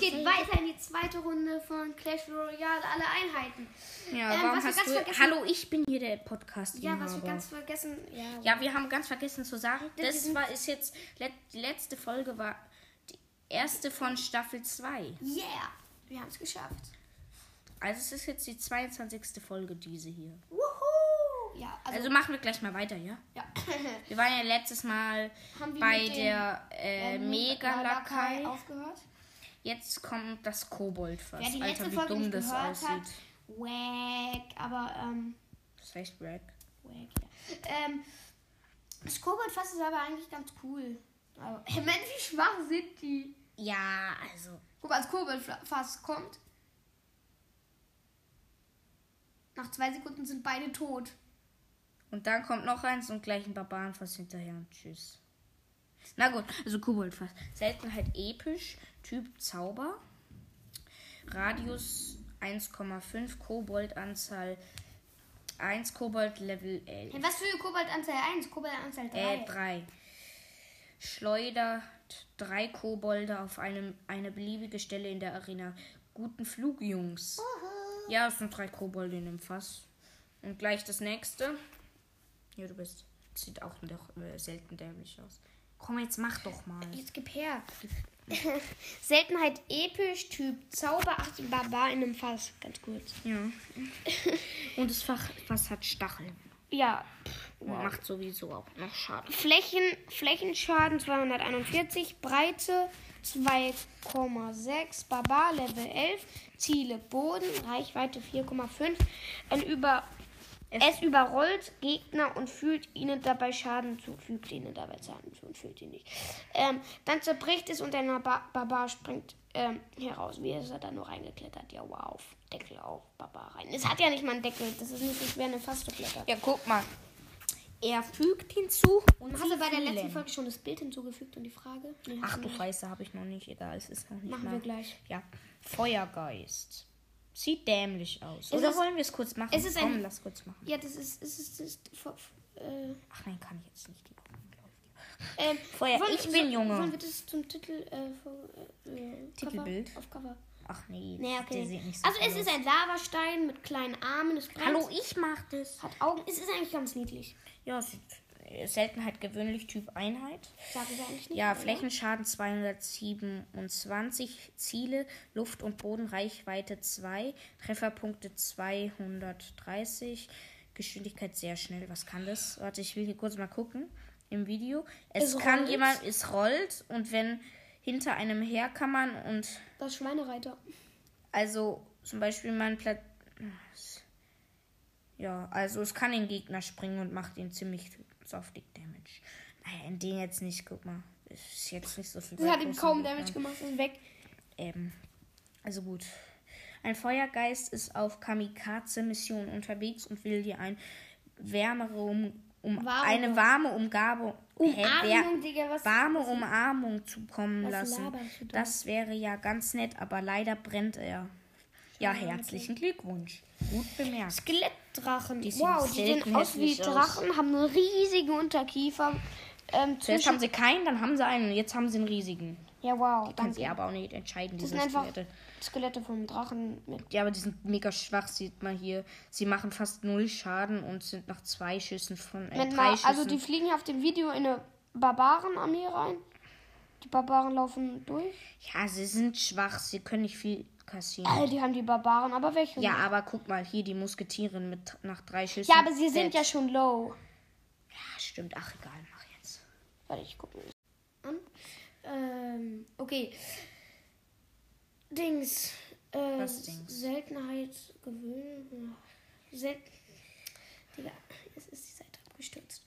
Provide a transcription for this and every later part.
gehen weiter in die zweite Runde von Clash Royale, alle Einheiten. Ja, Ähm, warum was wir hast ganz du... vergessen- Hallo, ich bin hier der podcast Ja, was wir ganz vergessen. Ja, Ja, wir haben ganz vergessen zu sagen, das war, ist jetzt, let- die letzte Folge war die erste von Staffel 2. yeah. wir haben es geschafft. Also es ist jetzt die 22. Folge, diese hier. Wuhu! Ja, also, Also machen wir gleich mal weiter, ja? ja. Wir waren ja letztes Mal Haben wir bei mit dem, der äh, Ähm, Mega-Lakai. aufgehört. Jetzt kommt das Kobold fast. Wer die letzte Alter, wie Folge dumm nicht das gehört aussieht. hat, wack, aber ähm, Das heißt Rack. wack, ja. Ähm, das Koboldfass ist aber eigentlich ganz cool. Aber, Mensch, wie schwach sind die? Ja, also. Guck mal, das Koboldfass kommt. Nach zwei Sekunden sind beide tot. Und dann kommt noch eins und gleich ein Barbarenfass hinterher und tschüss. Na gut, also Koboldfass. Seltenheit episch, Typ Zauber. Radius 1,5, Koboldanzahl 1, Kobold Level 11. Hey, was für Koboldanzahl 1? Koboldanzahl 3? Äh, 3. Schleudert drei Kobolde auf einem, eine beliebige Stelle in der Arena. Guten Flug, Jungs. Ja, es sind drei Kobolde in dem Fass. Und gleich das nächste. Ja, du bist. Sieht auch doch, äh, selten dämlich aus. Komm, jetzt mach doch mal. Jetzt gib her. Seltenheit episch, Typ Zauber, 18 Barbar in einem Fass. Ganz kurz. Ja. Und das Fach, Fass hat Stacheln. Ja. Macht sowieso auch noch Schaden. Flächen, Flächenschaden 241, Breite 2,6, Barbar Level 11, Ziele Boden, Reichweite 4,5. Ein über es überrollt Gegner und fühlt ihnen dabei Schaden zu, fügt ihnen dabei Schaden zu und fühlt ihn nicht. Ähm, dann zerbricht es und ein Barbar, Barbar springt ähm, heraus. Wie ist er da nur reingeklettert? Ja, wow. Deckel auf, Barbar rein. Es hat ja nicht mal einen Deckel, das ist nicht so schwer, eine Fass zu klettern. Ja, guck mal. Er fügt hinzu und Hast sie du bei der letzten fühlen. Folge schon das Bild hinzugefügt und die Frage? Nee, Ach hast du Scheiße, habe ich noch nicht. Egal, es ist noch nicht Machen mal. wir gleich. Ja. Feuergeist. Sieht dämlich aus. Es Oder ist- wollen wir es kurz machen? es ist ein- Komm, lass kurz machen. Ja, das ist. Das ist, das ist vor- äh, Ach nein, kann ich jetzt nicht. Die Augen, glaub ich. ähm, Vorher, wollen- ich bin so- Junge. Wollen wir das zum Titel. Äh, vor- äh, Titelbild? Cover, auf Cover. Ach nee, Naja, das- okay. der sieht nicht so also, cool es ist aus. ein Lavastein mit kleinen Armen. Es brennt, Hallo, ich mach das. Hat Augen. Es ist eigentlich ganz niedlich. Ja, sieht, äh, Seltenheit gewöhnlich Typ Einheit. Sag ich eigentlich nicht. Ja, oder? Flächenschaden 227, Ziele, Luft- und Bodenreichweite 2, Trefferpunkte 230, Geschwindigkeit sehr schnell. Was kann das? Warte, ich will hier kurz mal gucken im Video. Es, Es kann rollt. jemand, es rollt und wenn hinter einem herkammern und Das Schweinereiter. also zum Beispiel mein Platz. Ja, also es kann den Gegner springen und macht ihm ziemlich saftig Damage. Naja, in den jetzt nicht, guck mal. Ist jetzt nicht so viel. Das bei hat ihm großen kaum Gegnern. Damage gemacht und weg. Ähm, also gut. Ein Feuergeist ist auf Kamikaze-Mission unterwegs und will dir ein wärmere um, um Warme. eine warme Umgabe Hä, wer- Umarmung, Digga, was. warme Umarmung zukommen Was lassen. laberst du da? Das wäre ja ganz nett, aber leider brennt er. Ja, herzlichen Glückwunsch. Gut bemerkt. Skelettdrachen. Die sehen wow, die selten sehen aus wie hässlich aus. Drachen, haben einen riesigen Unterkiefer. Ähm, Zuerst zwischen, haben sie keinen, dann haben sie einen und jetzt haben sie einen riesigen. ja, wow. Kann Danke. sie aber auch nicht entscheiden, Das diese sind einfach Skelette. Skelette vom Drachen mit. Ja, aber die sind mega schwach, sieht man hier. Sie machen fast null Schaden und sind nach zwei Schüssen von äh, mit drei einer, Schüssen. also die fliegen auf dem Video in eine Barbarenarmee rein. Die Barbaren laufen durch. ja, sie sind schwach, sie können nicht viel kassieren. Äh, die haben die Barbaren aber weg. Ja, aber guck mal, hier die Musketieren mit nach drei Schüssen. ja, aber sie sind dead. ja schon low. Ja, stimmt. Ach, egal, mach jetzt. Warte, ich gucke mir das an. Ähm, okay. Dings. Äh, Was Dings? Seltenheit, Gewöhn. Selten. Digga, jetzt ist die Seite abgestürzt.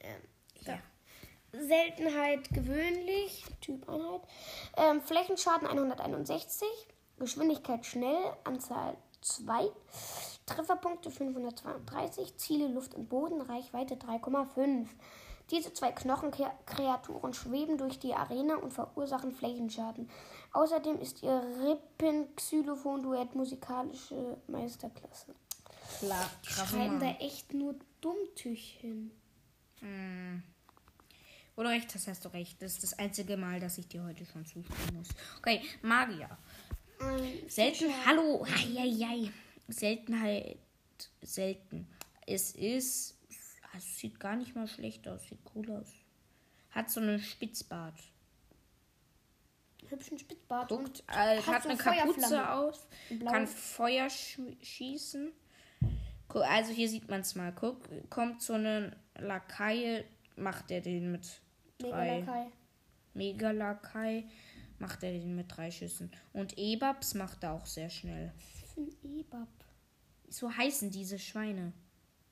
Ähm, Ja. Seltenheit gewöhnlich, Typ Einheit. Ähm, Flächenschaden 161, Geschwindigkeit schnell, Anzahl 2, Trefferpunkte 532, Ziele Luft und Boden, Reichweite 3,5. Diese zwei Knochenkreaturen schweben durch die Arena und verursachen Flächenschaden. Außerdem ist ihr Rippen-Xylophon-Duett musikalische Meisterklasse. Klar, Schreiben da echt nur Dummtüchchen. Oder recht, das hast du recht. Das ist das einzige Mal, dass ich dir heute schon zustimmen muss. Okay, Magier. Selten. Hallo. Eieiei. Seltenheit. halt, Selten. Es ist. ah, Es sieht gar nicht mal schlecht aus. Sieht cool aus. Hat so einen Spitzbart. Hübschen Spitzbart. Guckt, äh, hat, hat so eine Feuerflamme. Kapuze auf. Blau. Kann Feuer schü- schießen. Gu- Also hier sieht man es mal. Guck, kommt so eine Lakaie. Macht er den mit drei. Megalakai. Megalakai macht er den mit drei Schüssen. Und Ebabs macht er auch sehr schnell. Was für ein Ebab? So heißen diese Schweine.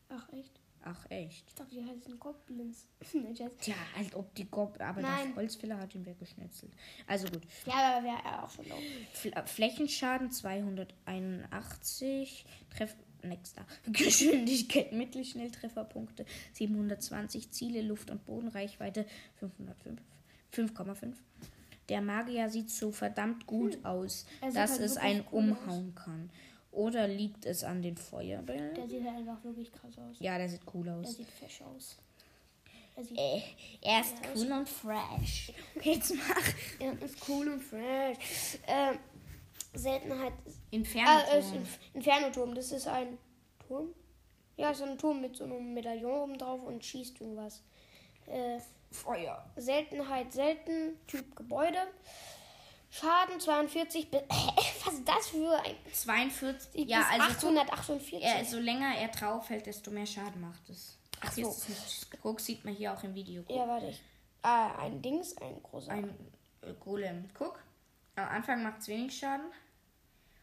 Ach echt? Ach echt. Ich dachte, die heißen Goblins. Nein, Scherz. Tja, als ob die Gob... Aber Nein. der Holzfäller hat ihn weggeschnetzelt. Also gut. ja, genau. aber wäre er auch schon low. Fl äh, Flächenschaden 281. Treff... Nächster. Geschwindigkeit, Mittelschnelltrefferpunkte 720. Ziele, Luft- und Bodenreichweite 505. 5,5. Der Magier sieht so verdammt gut aus, Hm. Er sieht dass halt es wirklich einen cool aus. umhauen kann. Oder liegt es an den Feuerbällen? Der sieht halt einfach wirklich krass aus. ja, der sieht cool Der aus. sieht fesch aus. Er sieht, Äh, er ist cool und fresh. Okay, jetzt mach. er ist cool und fresh. Ähm, Seltenheit ist. Ah, ist Inferno. Inf- Inferno-Turm. Das ist ein Turm? Ja, ist ein Turm mit so einem Medaillon oben drauf und schießt irgendwas. Äh, Feuer. Seltenheit selten, Typ Gebäude. Schaden 42 bis. Was ist das für ein. 42. bis Ja, also guck, 848. er, so länger er draufhält, desto mehr Schaden macht es. Ach Hier so. ist es nicht. Guck, sieht man hier auch im Video. Guck. ja, warte ich. Ah, ein Dings, ein großer. Ein äh, Golem. Guck. Am Anfang macht es wenig Schaden.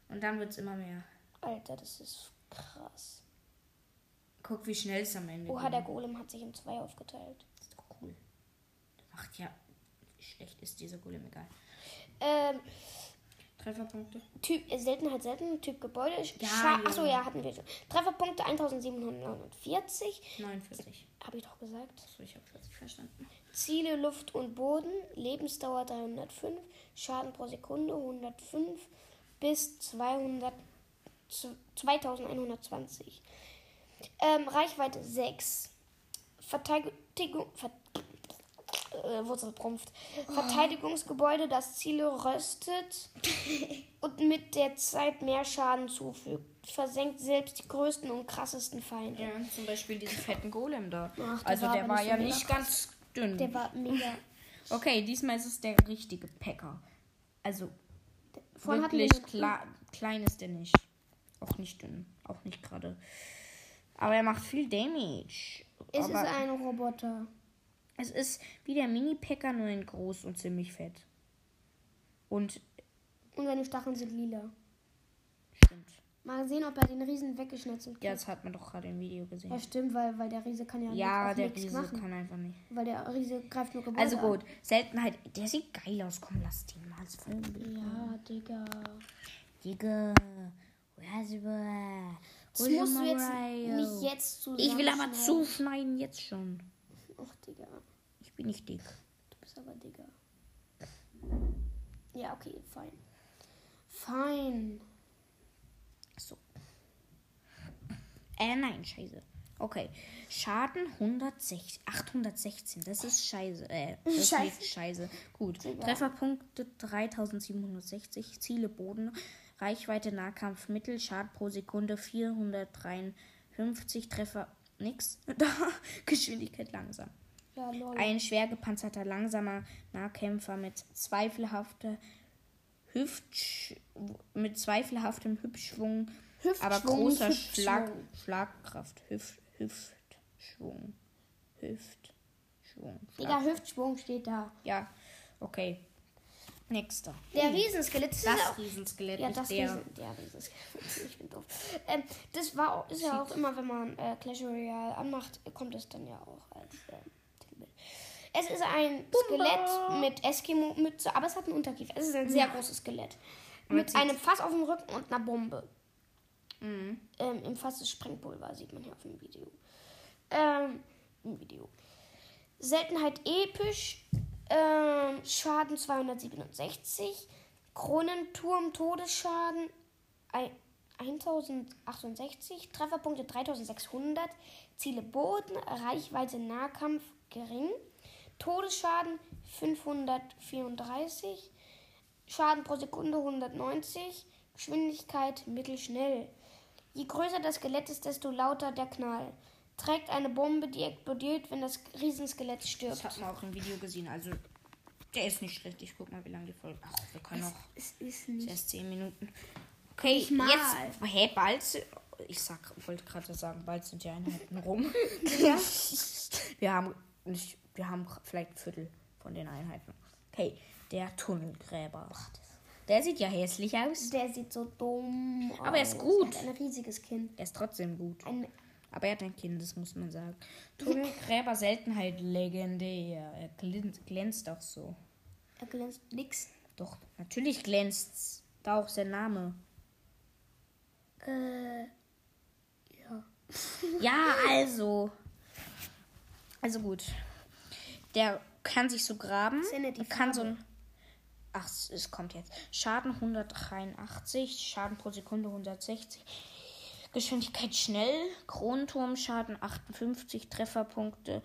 Und dann wird es immer mehr. Alter, das ist krass. Guck, wie schnell es am Ende Oha, der geht. Golem hat sich in zwei aufgeteilt. Das ist doch cool. Der Macht ja. Schlecht ist dieser Golem egal. Ähm, Trefferpunkte. Typ äh, Seltenheit selten, Typ Gebäude. Ja, Ja, Scha ja. Achso, ja, hatten wir schon. Trefferpunkte 1749. 49. Habe ich doch gesagt. Achso, ich habe 40 verstanden. Ziele Luft und Boden, Lebensdauer 305, Schaden pro Sekunde 105 bis 200, zu- 2120. Ähm, Reichweite 6. Verteidigung. Ver äh, Wurzel prompt. Verteidigungsgebäude, das Ziele röstet und mit der Zeit mehr Schaden zufügt. Versenkt selbst die größten und krassesten Feinde. Ja, zum Beispiel diesen fetten Golem da. Ach, der also war der aber war nicht ja so nicht ganz dünn. Der war mega. okay, diesmal ist es der richtige Packer. Also Vorhin hatten wir wirklich einen- kla klein ist der nicht. Auch nicht dünn. Auch nicht gerade. Aber er macht viel Damage. Es ist Aber ein Roboter. es ist wie der Mini-Packer, nur in groß und ziemlich fett. Und Und seine Stacheln sind lila. stimmt. Mal sehen, ob er den Riesen weggeschnetzelt Ja, kriegt. das hat man doch gerade im Video Ja, gesehen. stimmt, weil, weil der Riese kann ja, Ja, jetzt auch der nichts Riese machen. kann einfach nicht. Weil der Riese greift nur Gebäude Also gut, Seltenheit. Der sieht geil aus. Komm, lass den mal als Vollbild. An. Ja, Digga. Digga. Das musst du jetzt nicht jetzt zu Ich will aber zuschneiden jetzt schon. Ach, Digga. Ich bin nicht dick. Du bist aber Digga. Ja, okay, fein. Fein. So. Äh, nein, scheiße. Okay. Schaden 160, 816. Das ist scheiße. Äh, das Scheiße. scheiße. scheiße. Gut. Trefferpunkte 3760. Ziele Boden. Reichweite Nahkampf Mittel. Schaden pro Sekunde 453. Treffer nix. Geschwindigkeit langsam. Ja, lol. Ein schwer gepanzerter, langsamer Nahkämpfer mit zweifelhafter Hüftsch mit zweifelhaftem Hüftschwung, Hüftschwung, aber großer nicht Hüftschwung. Schlag Schlagkraft. Hüft, Hüftschwung. Hüftschwung. Schlag. Digga, Hüftschwung steht da. Ja, okay. Nächster. Der Riesenskelett. Das, ist ja Das auch, Riesenskelett, ja, nicht das der. Riesen, der Riesenskelett. Ich bin doof. Ähm, das war, auch- ist ja auch immer, wenn man äh, Clash Royale anmacht, kommt es dann ja auch als ähm, Titelbild. Es ist ein Skelett mit Eskimo-Mütze, aber es hat einen Unterkiefer. Es ist ein sehr großes Skelett. Mit einem Fass auf dem Rücken und einer Bombe. Ähm, Im Fass ist Sprengpulver, sieht man hier auf dem Video. Ähm, Im Video. Seltenheit episch. Ähm, Schaden 267. Kronenturm Todesschaden ein- 1068. Trefferpunkte 3600. Ziele Boden. Reichweite Nahkampf gering. Todesschaden 534. Schaden pro Sekunde 190. Geschwindigkeit mittelschnell. Je größer das Skelett ist, desto lauter der Knall. Trägt eine Bombe, die explodiert, wenn das Riesenskelett stirbt. Das hat man auch im Video gesehen. Also, der ist nicht schlecht. Ich guck mal, wie lange die Folge. Ach, wir können noch. Es ist nicht. Erst 10 Minuten. Okay, Nicht mal. jetzt. Hä, bald. si- Ich sag, wollte gerade sagen, bald sind die Einheiten rum. Ja. Wir haben nicht, wir haben vielleicht ein Viertel von den Einheiten. Okay, der Tunnelgräber. Der sieht ja hässlich aus. Der sieht so dumm aus. Aber er ist gut. Er hat ein riesiges Kinn. Er ist trotzdem gut. Ein Aber er hat ein Kind, das muss man sagen. Tunnelgräber Seltenheit legendär. Er glänzt, glänzt auch so. er glänzt nix. Doch, natürlich glänzt da auch sein Name. Äh, ja. Ja, also. Also gut. Der kann sich so graben. Sind ja die und kann so Farbe. ein. Ach, es- es kommt jetzt. Schaden 183, Schaden pro Sekunde 160. Geschwindigkeit schnell, Kronenturmschaden 58, Trefferpunkte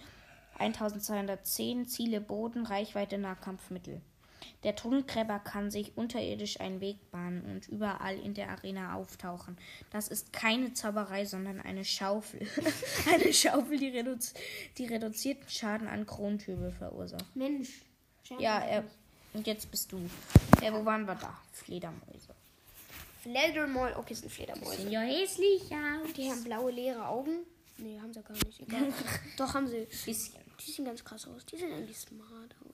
1210, Ziele Boden, Reichweite Nahkampfmittel. Der Tunnelgräber kann sich unterirdisch einen Weg bahnen und überall in der Arena auftauchen. Das ist keine Zauberei, sondern eine Schaufel. eine Schaufel, die, reduz die reduzierten Schaden an Kronentübel verursacht. Mensch. Schau Ja, mal. äh, und jetzt bist du. Äh, wo waren wir da? Fledermäuse. Fledermäuse. Okay, es sind Fledermäuse. ja hässlich, ja. Die haben blaue, leere Augen. Nee, haben sie gar nicht. Egal. Doch, haben sie. Bisschen. Die sehen ganz krass aus. Die sehen irgendwie smart aus.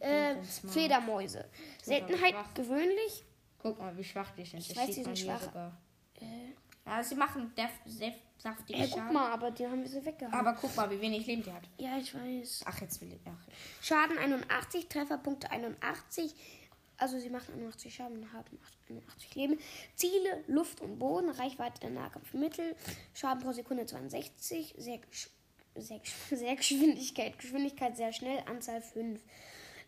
Äh, ganz smart. Fledermäuse. krass. Seltenheit gewöhnlich. Guck mal, wie schwach die sind. Ich weiß, die sind schwach. sogar. Ja, sie machen def- sef- saftige Äh, guck Schaden. mal, aber die haben sie weggehauen. Aber guck mal, wie wenig Leben die hat. ja, ich weiß. Ach, jetzt will ich. Ach, Schaden 81, Trefferpunkte 81. Also sie machen 81 Schaden und haben 81 Leben. Ziele, Luft und Boden, Reichweite, Nahkampfmittel, Schaden pro Sekunde 62, sehr, gesch- sehr, gesch- sehr Geschwindigkeit, Geschwindigkeit sehr schnell, Anzahl 5.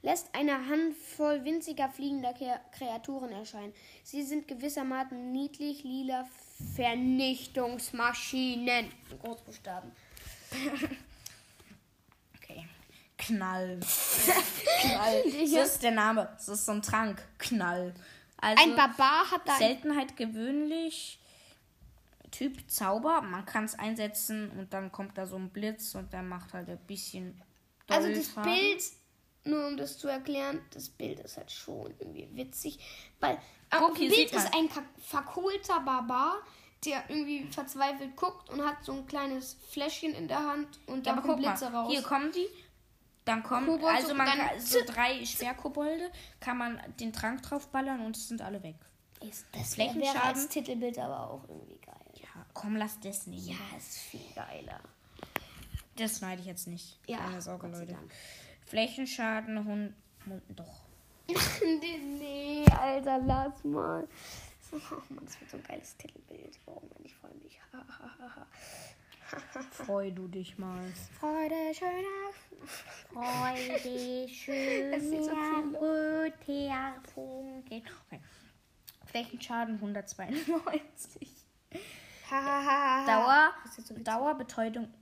Lässt eine Handvoll winziger fliegender Kre- Kreaturen erscheinen. Sie sind gewissermaßen niedlich lila Vernichtungsmaschinen. In Großbuchstaben. okay. Knall. Knall. Ja. Das ist der Name. Das ist so ein Trank. Knall. Also, Ein Barbar hat da ein Seltenheit gewöhnlich. Typ Zauber. Man kann es einsetzen und dann kommt da so ein Blitz und der macht halt ein bisschen. Also doll das Schaden. Bild, nur um das zu erklären, das Bild ist halt schon irgendwie witzig, weil äh, Guck, auf hier dem Bild sieht man. ist ein ka- verkohlter Barbar, der irgendwie verzweifelt guckt und hat so ein kleines Fläschchen in der Hand und da Ja, aber kommen guck mal, Blitze raus. hier kommen die. Dann kommen, Kobold, also so- man dann kann, so drei Schwerkobolde, kann man den Trank draufballern und es sind alle weg. ist das Flächenschaden. wäre als Titelbild aber auch irgendwie geil. Ja, komm, lass das nicht. Ja, ist viel geiler. Das schneide ich jetzt nicht. Ja, Keine Sorge, Gott sei Leute. Dank. Flächenschaden, Hund, Hund, doch. nee, Alter, lass mal. Oh Mann, das wird so ein geiles Titelbild. Oh Mann, ich freue mich. Freu du dich mal. Freude, schöner. Freu dich, schöner, Das sieht so cool guter Funken. Okay. Flächenschaden 192. Ah, Dauer, Dauerbetäubung,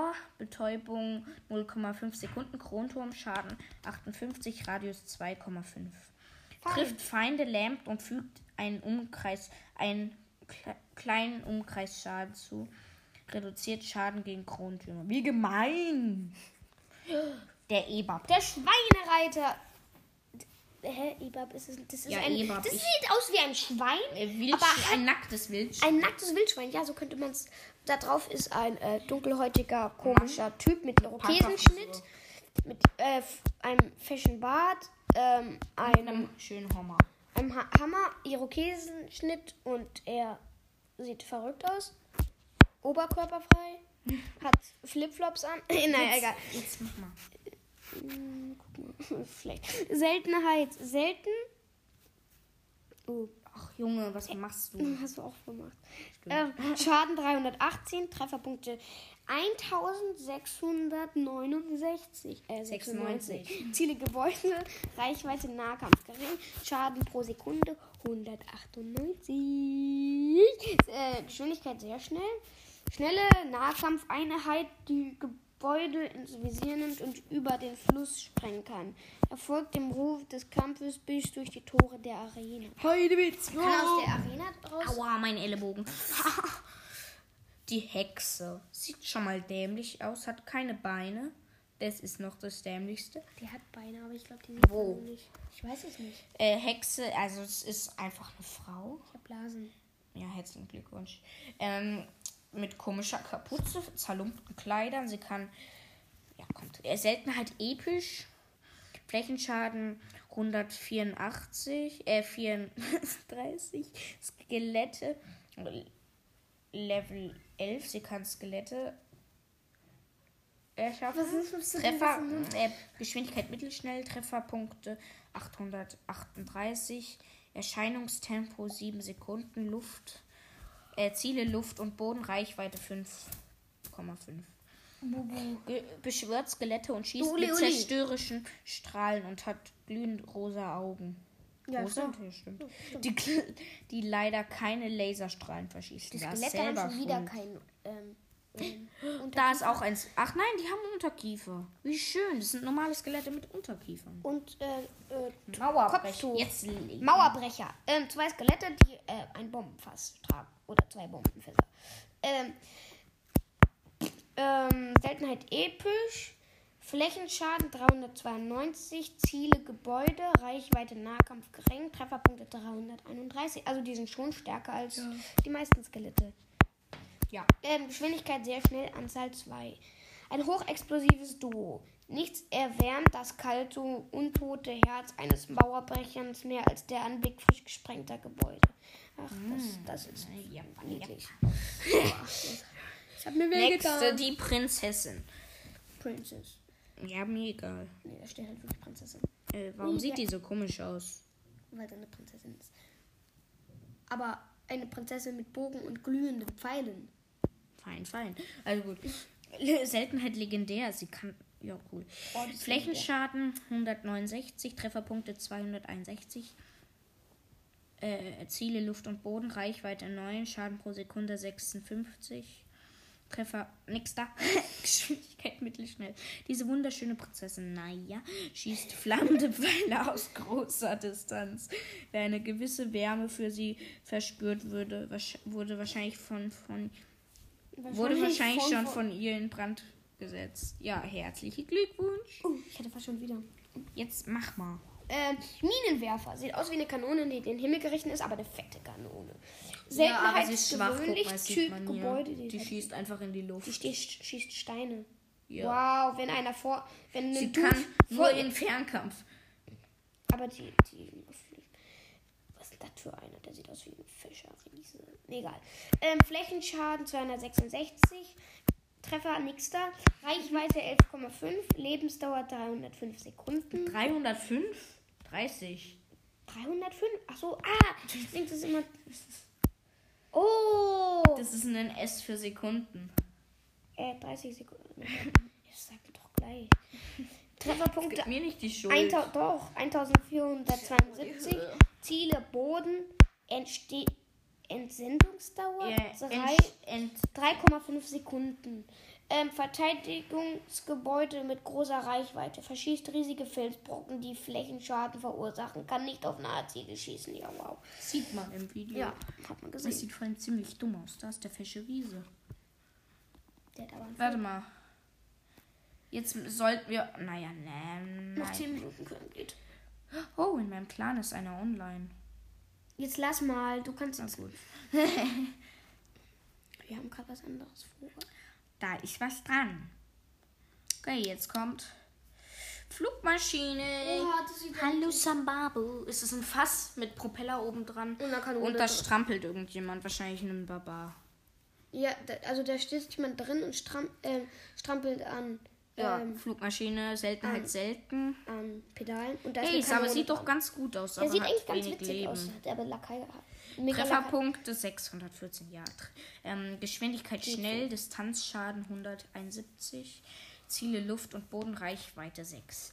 Dauerbetäubung 0,5 Sekunden, Kronturmschaden 58, Radius 2,5. Trifft Feinde, lähmt und fügt einen Umkreis, einen kle kleinen Umkreisschaden zu. Reduziert Schaden gegen Krontürme. Wie gemein! Der Ebab. Der Schweinereiter. Hä, Ebab, ist es, das ist Ja, ein. Ebab, das ich- sieht aus wie ein Schwein. Äh, Wildsch- Aber hat- ein nacktes Wildschwein. Ein nacktes Wildschwein, ja, so könnte man es. Da drauf ist ein äh, dunkelhäutiger, komischer Typ mit Irokesenschnitt, mit äh, f- einem feschen Bart, ähm, einem, Schönen Hommer. einem ha Hammer, Irokesenschnitt und er sieht verrückt aus. Oberkörperfrei, hat Flipflops an. Nein, egal. Jetzt mach mal. Mm, guck mal. Vielleicht. Seltenheit. Selten. Oh, Ach Junge, was machst du? hast du auch gemacht. Ähm, Schaden 318, Trefferpunkte 1669. Äh, 96. 96. Ziele Gebäude, Reichweite Nahkampf gering, Schaden pro Sekunde 198. Äh, Geschwindigkeit sehr schnell. Schnelle Nahkampfeinheit, die Ge Beutel ins Visier nimmt und über den Fluss sprengen kann. Er folgt dem Ruf des Kampfes bis durch die Tore der Arena. Heidewitz. Kann er aus der Arena raus? Aua, mein Ellenbogen. Die Hexe. Sieht schon mal dämlich aus, hat keine Beine. Das ist noch das Dämlichste. Die hat Beine, aber ich glaube, die sieht Wo? man nicht. Ich weiß es nicht. Äh, Hexe, also es ist einfach eine Frau. Ich habe Blasen. Ja, herzlichen Glückwunsch. Ähm, mit komischer Kapuze, zerlumpten Kleidern. Sie kann. Ja, kommt. Äh, Seltenheit episch. Flächenschaden 184, äh, 34. Skelette. Level 11. Sie kann Skelette erschaffen. Was ist mit so Treffer, äh, Geschwindigkeit mittelschnell, Trefferpunkte 838, Erscheinungstempo 7 Sekunden, Luft, äh, Ziele Luft und Boden, Reichweite 5,5. Bubu. Ge- Beschwört Skelette und schießt Uli, mit Uli. zerstörerischen Strahlen und hat glühend rosa Augen. Ja, rosa? stimmt. Ja, stimmt. Die, gl- die leider keine Laserstrahlen verschießt. Die Da ist Skelette haben selber schon wieder schuld. keinen. Ähm, ähm, Da ist auch eins. Ach nein, die haben Unterkiefer. Wie schön. Das sind normale Skelette mit Unterkiefern. und äh, äh, Mauerbrecher. Kopftuch. Jetzt le- Mauerbrecher. Ähm, zwei Skelette, die äh, ein Bombenfass tragen. Oder zwei Bombenfässer. Ähm, ähm, Seltenheit episch. Flächenschaden 392, Ziele Gebäude, Reichweite Nahkampf gering, Trefferpunkte 331. Also die sind schon stärker als die meisten Skelette. Ja. Ähm, Geschwindigkeit sehr schnell, Anzahl 2. Ein hochexplosives Duo. Nichts erwärmt das kalte, untote Herz eines Mauerbrechers mehr als der Anblick frisch gesprengter Gebäude. Ach, das, das ist Mm. Ja, niedlich. Ich hab mir Nächste, die Prinzessin. Princess. Ja, mir egal. Nee, da steht halt wirklich Prinzessin. Äh, warum Nee, sieht wer- die so komisch aus? Weil sie eine Prinzessin ist. Aber eine Prinzessin mit Bogen und glühenden Pfeilen. Fein, fein. Also gut. Le- Seltenheit legendär. Sie kann. Ja, cool. Oh, die ist Flächenschaden 169, Trefferpunkte 261. Äh, Ziele Luft und Boden, Reichweite 9, Schaden pro Sekunde 56. Treffer, nix da. Geschwindigkeit mittelschnell. Diese wunderschöne Prinzessin, naja, schießt flammende Pfeile aus großer Distanz. Wer eine gewisse Wärme für sie verspürt würde, wahrsch- wurde wahrscheinlich von, von Wurde wahrscheinlich voll- schon voll- von ihr in Brand gesetzt. Ja, herzlichen Glückwunsch. Oh, ich hatte fast schon wieder. Jetzt mach mal. Ähm, Minenwerfer. Sieht aus wie eine Kanone, die in den Himmel gerichtet ist, aber eine fette Kanone. Ja, aber Seltenheit sie ist schwach. Guck gewöhnlich mal, das sieht Typ man hier. Gebäude. Die schießt einfach in die die Luft. schießt, schießt Steine. Ja. Wow, wenn einer vor. Wenn eine Sie Dude kann vor nur in Fernkampf. Aber die. die was ist das für einer? Der sieht aus wie ein Fischer. Riese. Egal. Ähm, Flächenschaden 266. Treffer nächster. Reichweite 11,5. Lebensdauer 305 Sekunden. 305? 30. 305? Achso, ah! Ich denke, das ist immer. Oh! Das ist ein S für Sekunden. Äh, 30 Sekunden. Das sagt mir doch gleich. Trefferpunkte. Gib mir nicht die Schuld. 1000 doch, 1472. Ziele Boden. Entste Entsendungsdauer? Ja, drei- ent, ent, 3,5 Sekunden. Ähm, Verteidigungsgebäude mit großer Reichweite. Verschießt riesige Felsbrocken, die Flächenschaden verursachen. Kann nicht auf nahe Ziele schießen. Ja, wow. sieht man im Video. Ja, hat man Das gesehen. sieht vor allem ziemlich dumm aus. Da ist der fesche Riese. Der hat aber einen Warte mal. Jetzt sollten wir. Naja, ne. Noch Nein. 10 Minuten können geht. Oh, in meinem Clan ist einer online. Jetzt lass mal, du kannst Na uns. gut. Wir haben gerade was anderes vor. Da ist was dran. Okay, jetzt kommt Flugmaschine. das sieht Hallo Sambabu. Ist es ein Fass mit Propeller oben dran? Und da kann Und da strampelt irgendjemand, wahrscheinlich ein Barbar. Ja, da, also da steht jemand drin und stram, ähm, strampelt an, Ja, ähm, Flugmaschine, Seltenheit selten. an Pedalen. Und da Ey, ist eine aber Kanone sieht doch dran. ganz gut aus. Der aber sieht hat eigentlich ganz wenig witzig Leben. aus. Hat aber Lakai gehabt. Mega Lakai. Trefferpunkte 614, ja. Tr- Ähm, Geschwindigkeit schnell, Distanzschaden 171, Ziele Luft und Boden, Reichweite 6.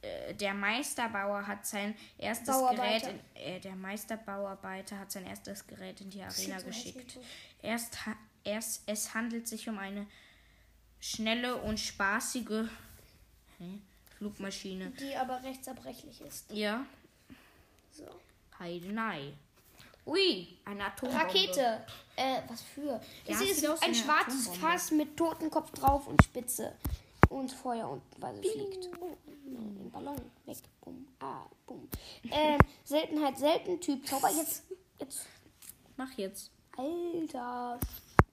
Äh, Der Meisterbauer hat sein erstes Gerät Bauarbeiter. in, äh, der Meisterbauarbeiter hat sein erstes Gerät in die Arena so heißt geschickt. das. Erst, ha- erst es handelt sich um eine schnelle und spaßige hä? Flugmaschine. Die aber rechtsabbrechlich ist. Ja. So. Heidenei. Ui, eine Atombombe. Rakete. Äh, was für? Es sieht ist aus wie ein eine schwarzes Atombombe. Fass mit Totenkopf drauf und Spitze. Und Feuer unten, weil sie fliegt. Oh, nein, ein Ballon. Weg. Bumm. Ah, bumm. Ähm, Seltenheit, selten Typ. Zauber jetzt. Jetzt. Mach jetzt. Alter.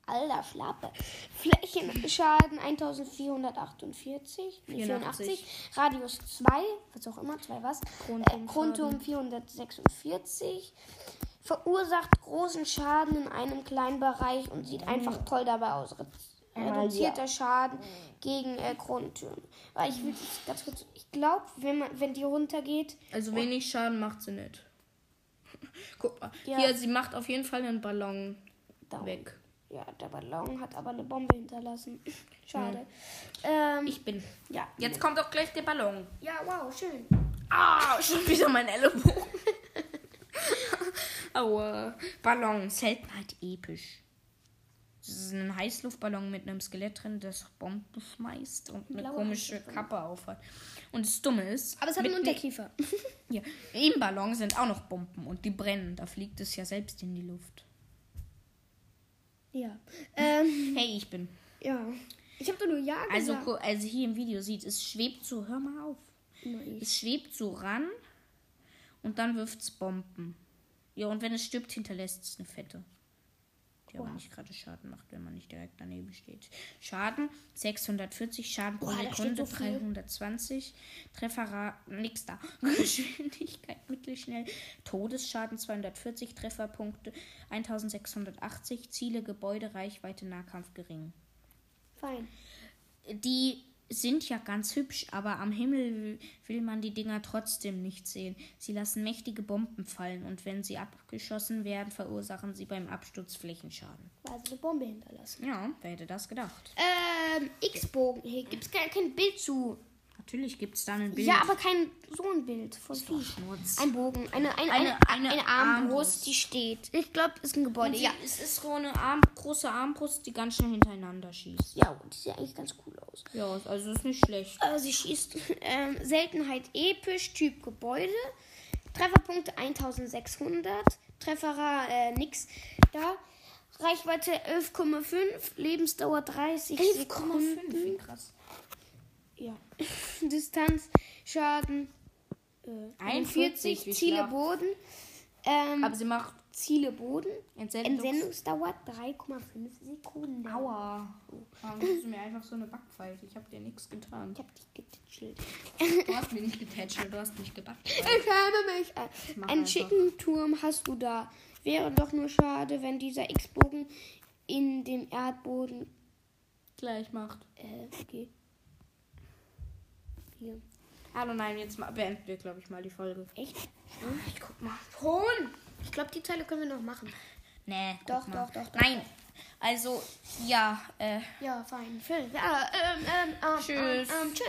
Alter Schlappe. Flächenschaden 1448. nee, 84. 84. Radius 2. Was auch immer. 2 was? Äh, Grundumschaden. Grundum 446. Verursacht großen Schaden in einem kleinen Bereich und Mhm. sieht einfach toll dabei aus. Re- Reduzierter Schaden gegen äh, Grundtürme. Aber ich will jetzt ganz kurz. Ich glaube, wenn, man- wenn die runtergeht. Also wenig Schaden macht sie nicht. Guck mal. Ja. Hier, sie macht auf jeden Fall einen Ballon Down. weg. Ja, der Ballon hat aber eine Bombe hinterlassen. Schade. Ähm, Ich bin. ja. Jetzt kommt auch gleich der Ballon. Ja, wow, schön. Ah, schon wieder mein Ellenbogen. Aua. Ballon. Selten halt episch. Das ist ein Heißluftballon mit einem Skelett drin, das Bomben schmeißt und eine Blaue komische Kappe aufhat. Und das Dumme ist. Aber es hat einen mitten- Unterkiefer. Ja, im Ballon sind auch noch Bomben und die brennen. Da fliegt es ja selbst in die Luft. ja. Ähm, Hey, ich bin. ja. Ich habe doch nur Ja Also, gesagt. gu- also hier im Video sieht, es schwebt so, hör mal auf. Nein. Es schwebt so ran und dann wirft es Bomben. Ja, und wenn es stirbt, hinterlässt es eine Fette. Die aber nicht gerade Schaden macht, wenn man nicht direkt daneben steht. Schaden 640, Schaden pro Boah, da steht Sekunde so viel. 320, Trefferrat nix da. Geschwindigkeit mittelschnell, Todesschaden 240, Trefferpunkte 1680, Ziele, Gebäude, Reichweite, Nahkampf gering Fein. die sind ja ganz hübsch, aber am Himmel will man die Dinger trotzdem nicht sehen. Sie lassen mächtige Bomben fallen und wenn sie abgeschossen werden, verursachen sie beim Absturz Flächenschaden. Weil sie eine Bombe hinterlassen. Ja, wer hätte das gedacht? Ähm, X-Bogen. Hier gibt's kein, kein Bild zu. Natürlich gibt es dann ein Bild. Ja, aber kein so ein Bild von Vieh. Schnurz. Ein Bogen, eine, eine, eine, Eine- eine, eine Armbrust, die steht. Ich glaube, ist ein Gebäude. Sie- Ja. Es ist so eine Arm, große Armbrust, die ganz schnell hintereinander schießt. Ja, und die sieht eigentlich ganz cool aus. Ja, also ist nicht schlecht. Äh, sie schießt ähm, Seltenheit episch, Typ Gebäude. Trefferpunkte 1600. Trefferer äh, nix da. Reichweite 11,5. Lebensdauer 30 Sekunden. wie krass. Ja. Distanz, Schaden äh, 41, 41. wie Ziele schlau. Boden. Ähm, Aber sie macht Ziele Boden. Entsendungs... Entsendungsdauer 3,5 Sekunden. Aua. Warum gibst du mir einfach so eine Backpfeife? Ich habe dir nichts getan. Ich hab dich getitschelt. Du hast mir nicht getätschelt, du hast mich gebackt. Ich habe mich. Ein Mach einen einfach. schicken Turm hast du da. Wäre doch nur schade, wenn dieser X-Bogen in den Erdboden. Gleich macht. Äh, okay. Hier. Ah, nein, jetzt ma- beenden wir, glaube ich, mal die Folge. Echt? Ich guck mal. Ton! Ich glaube, die Teile können wir noch machen. Nee, Doch, guck mal. doch, doch, doch. Nein. Also, ja, äh. Ja, fein. Film. Ja, ähm, ähm, ähm, Tschüss. Ähm, ähm, tschüss.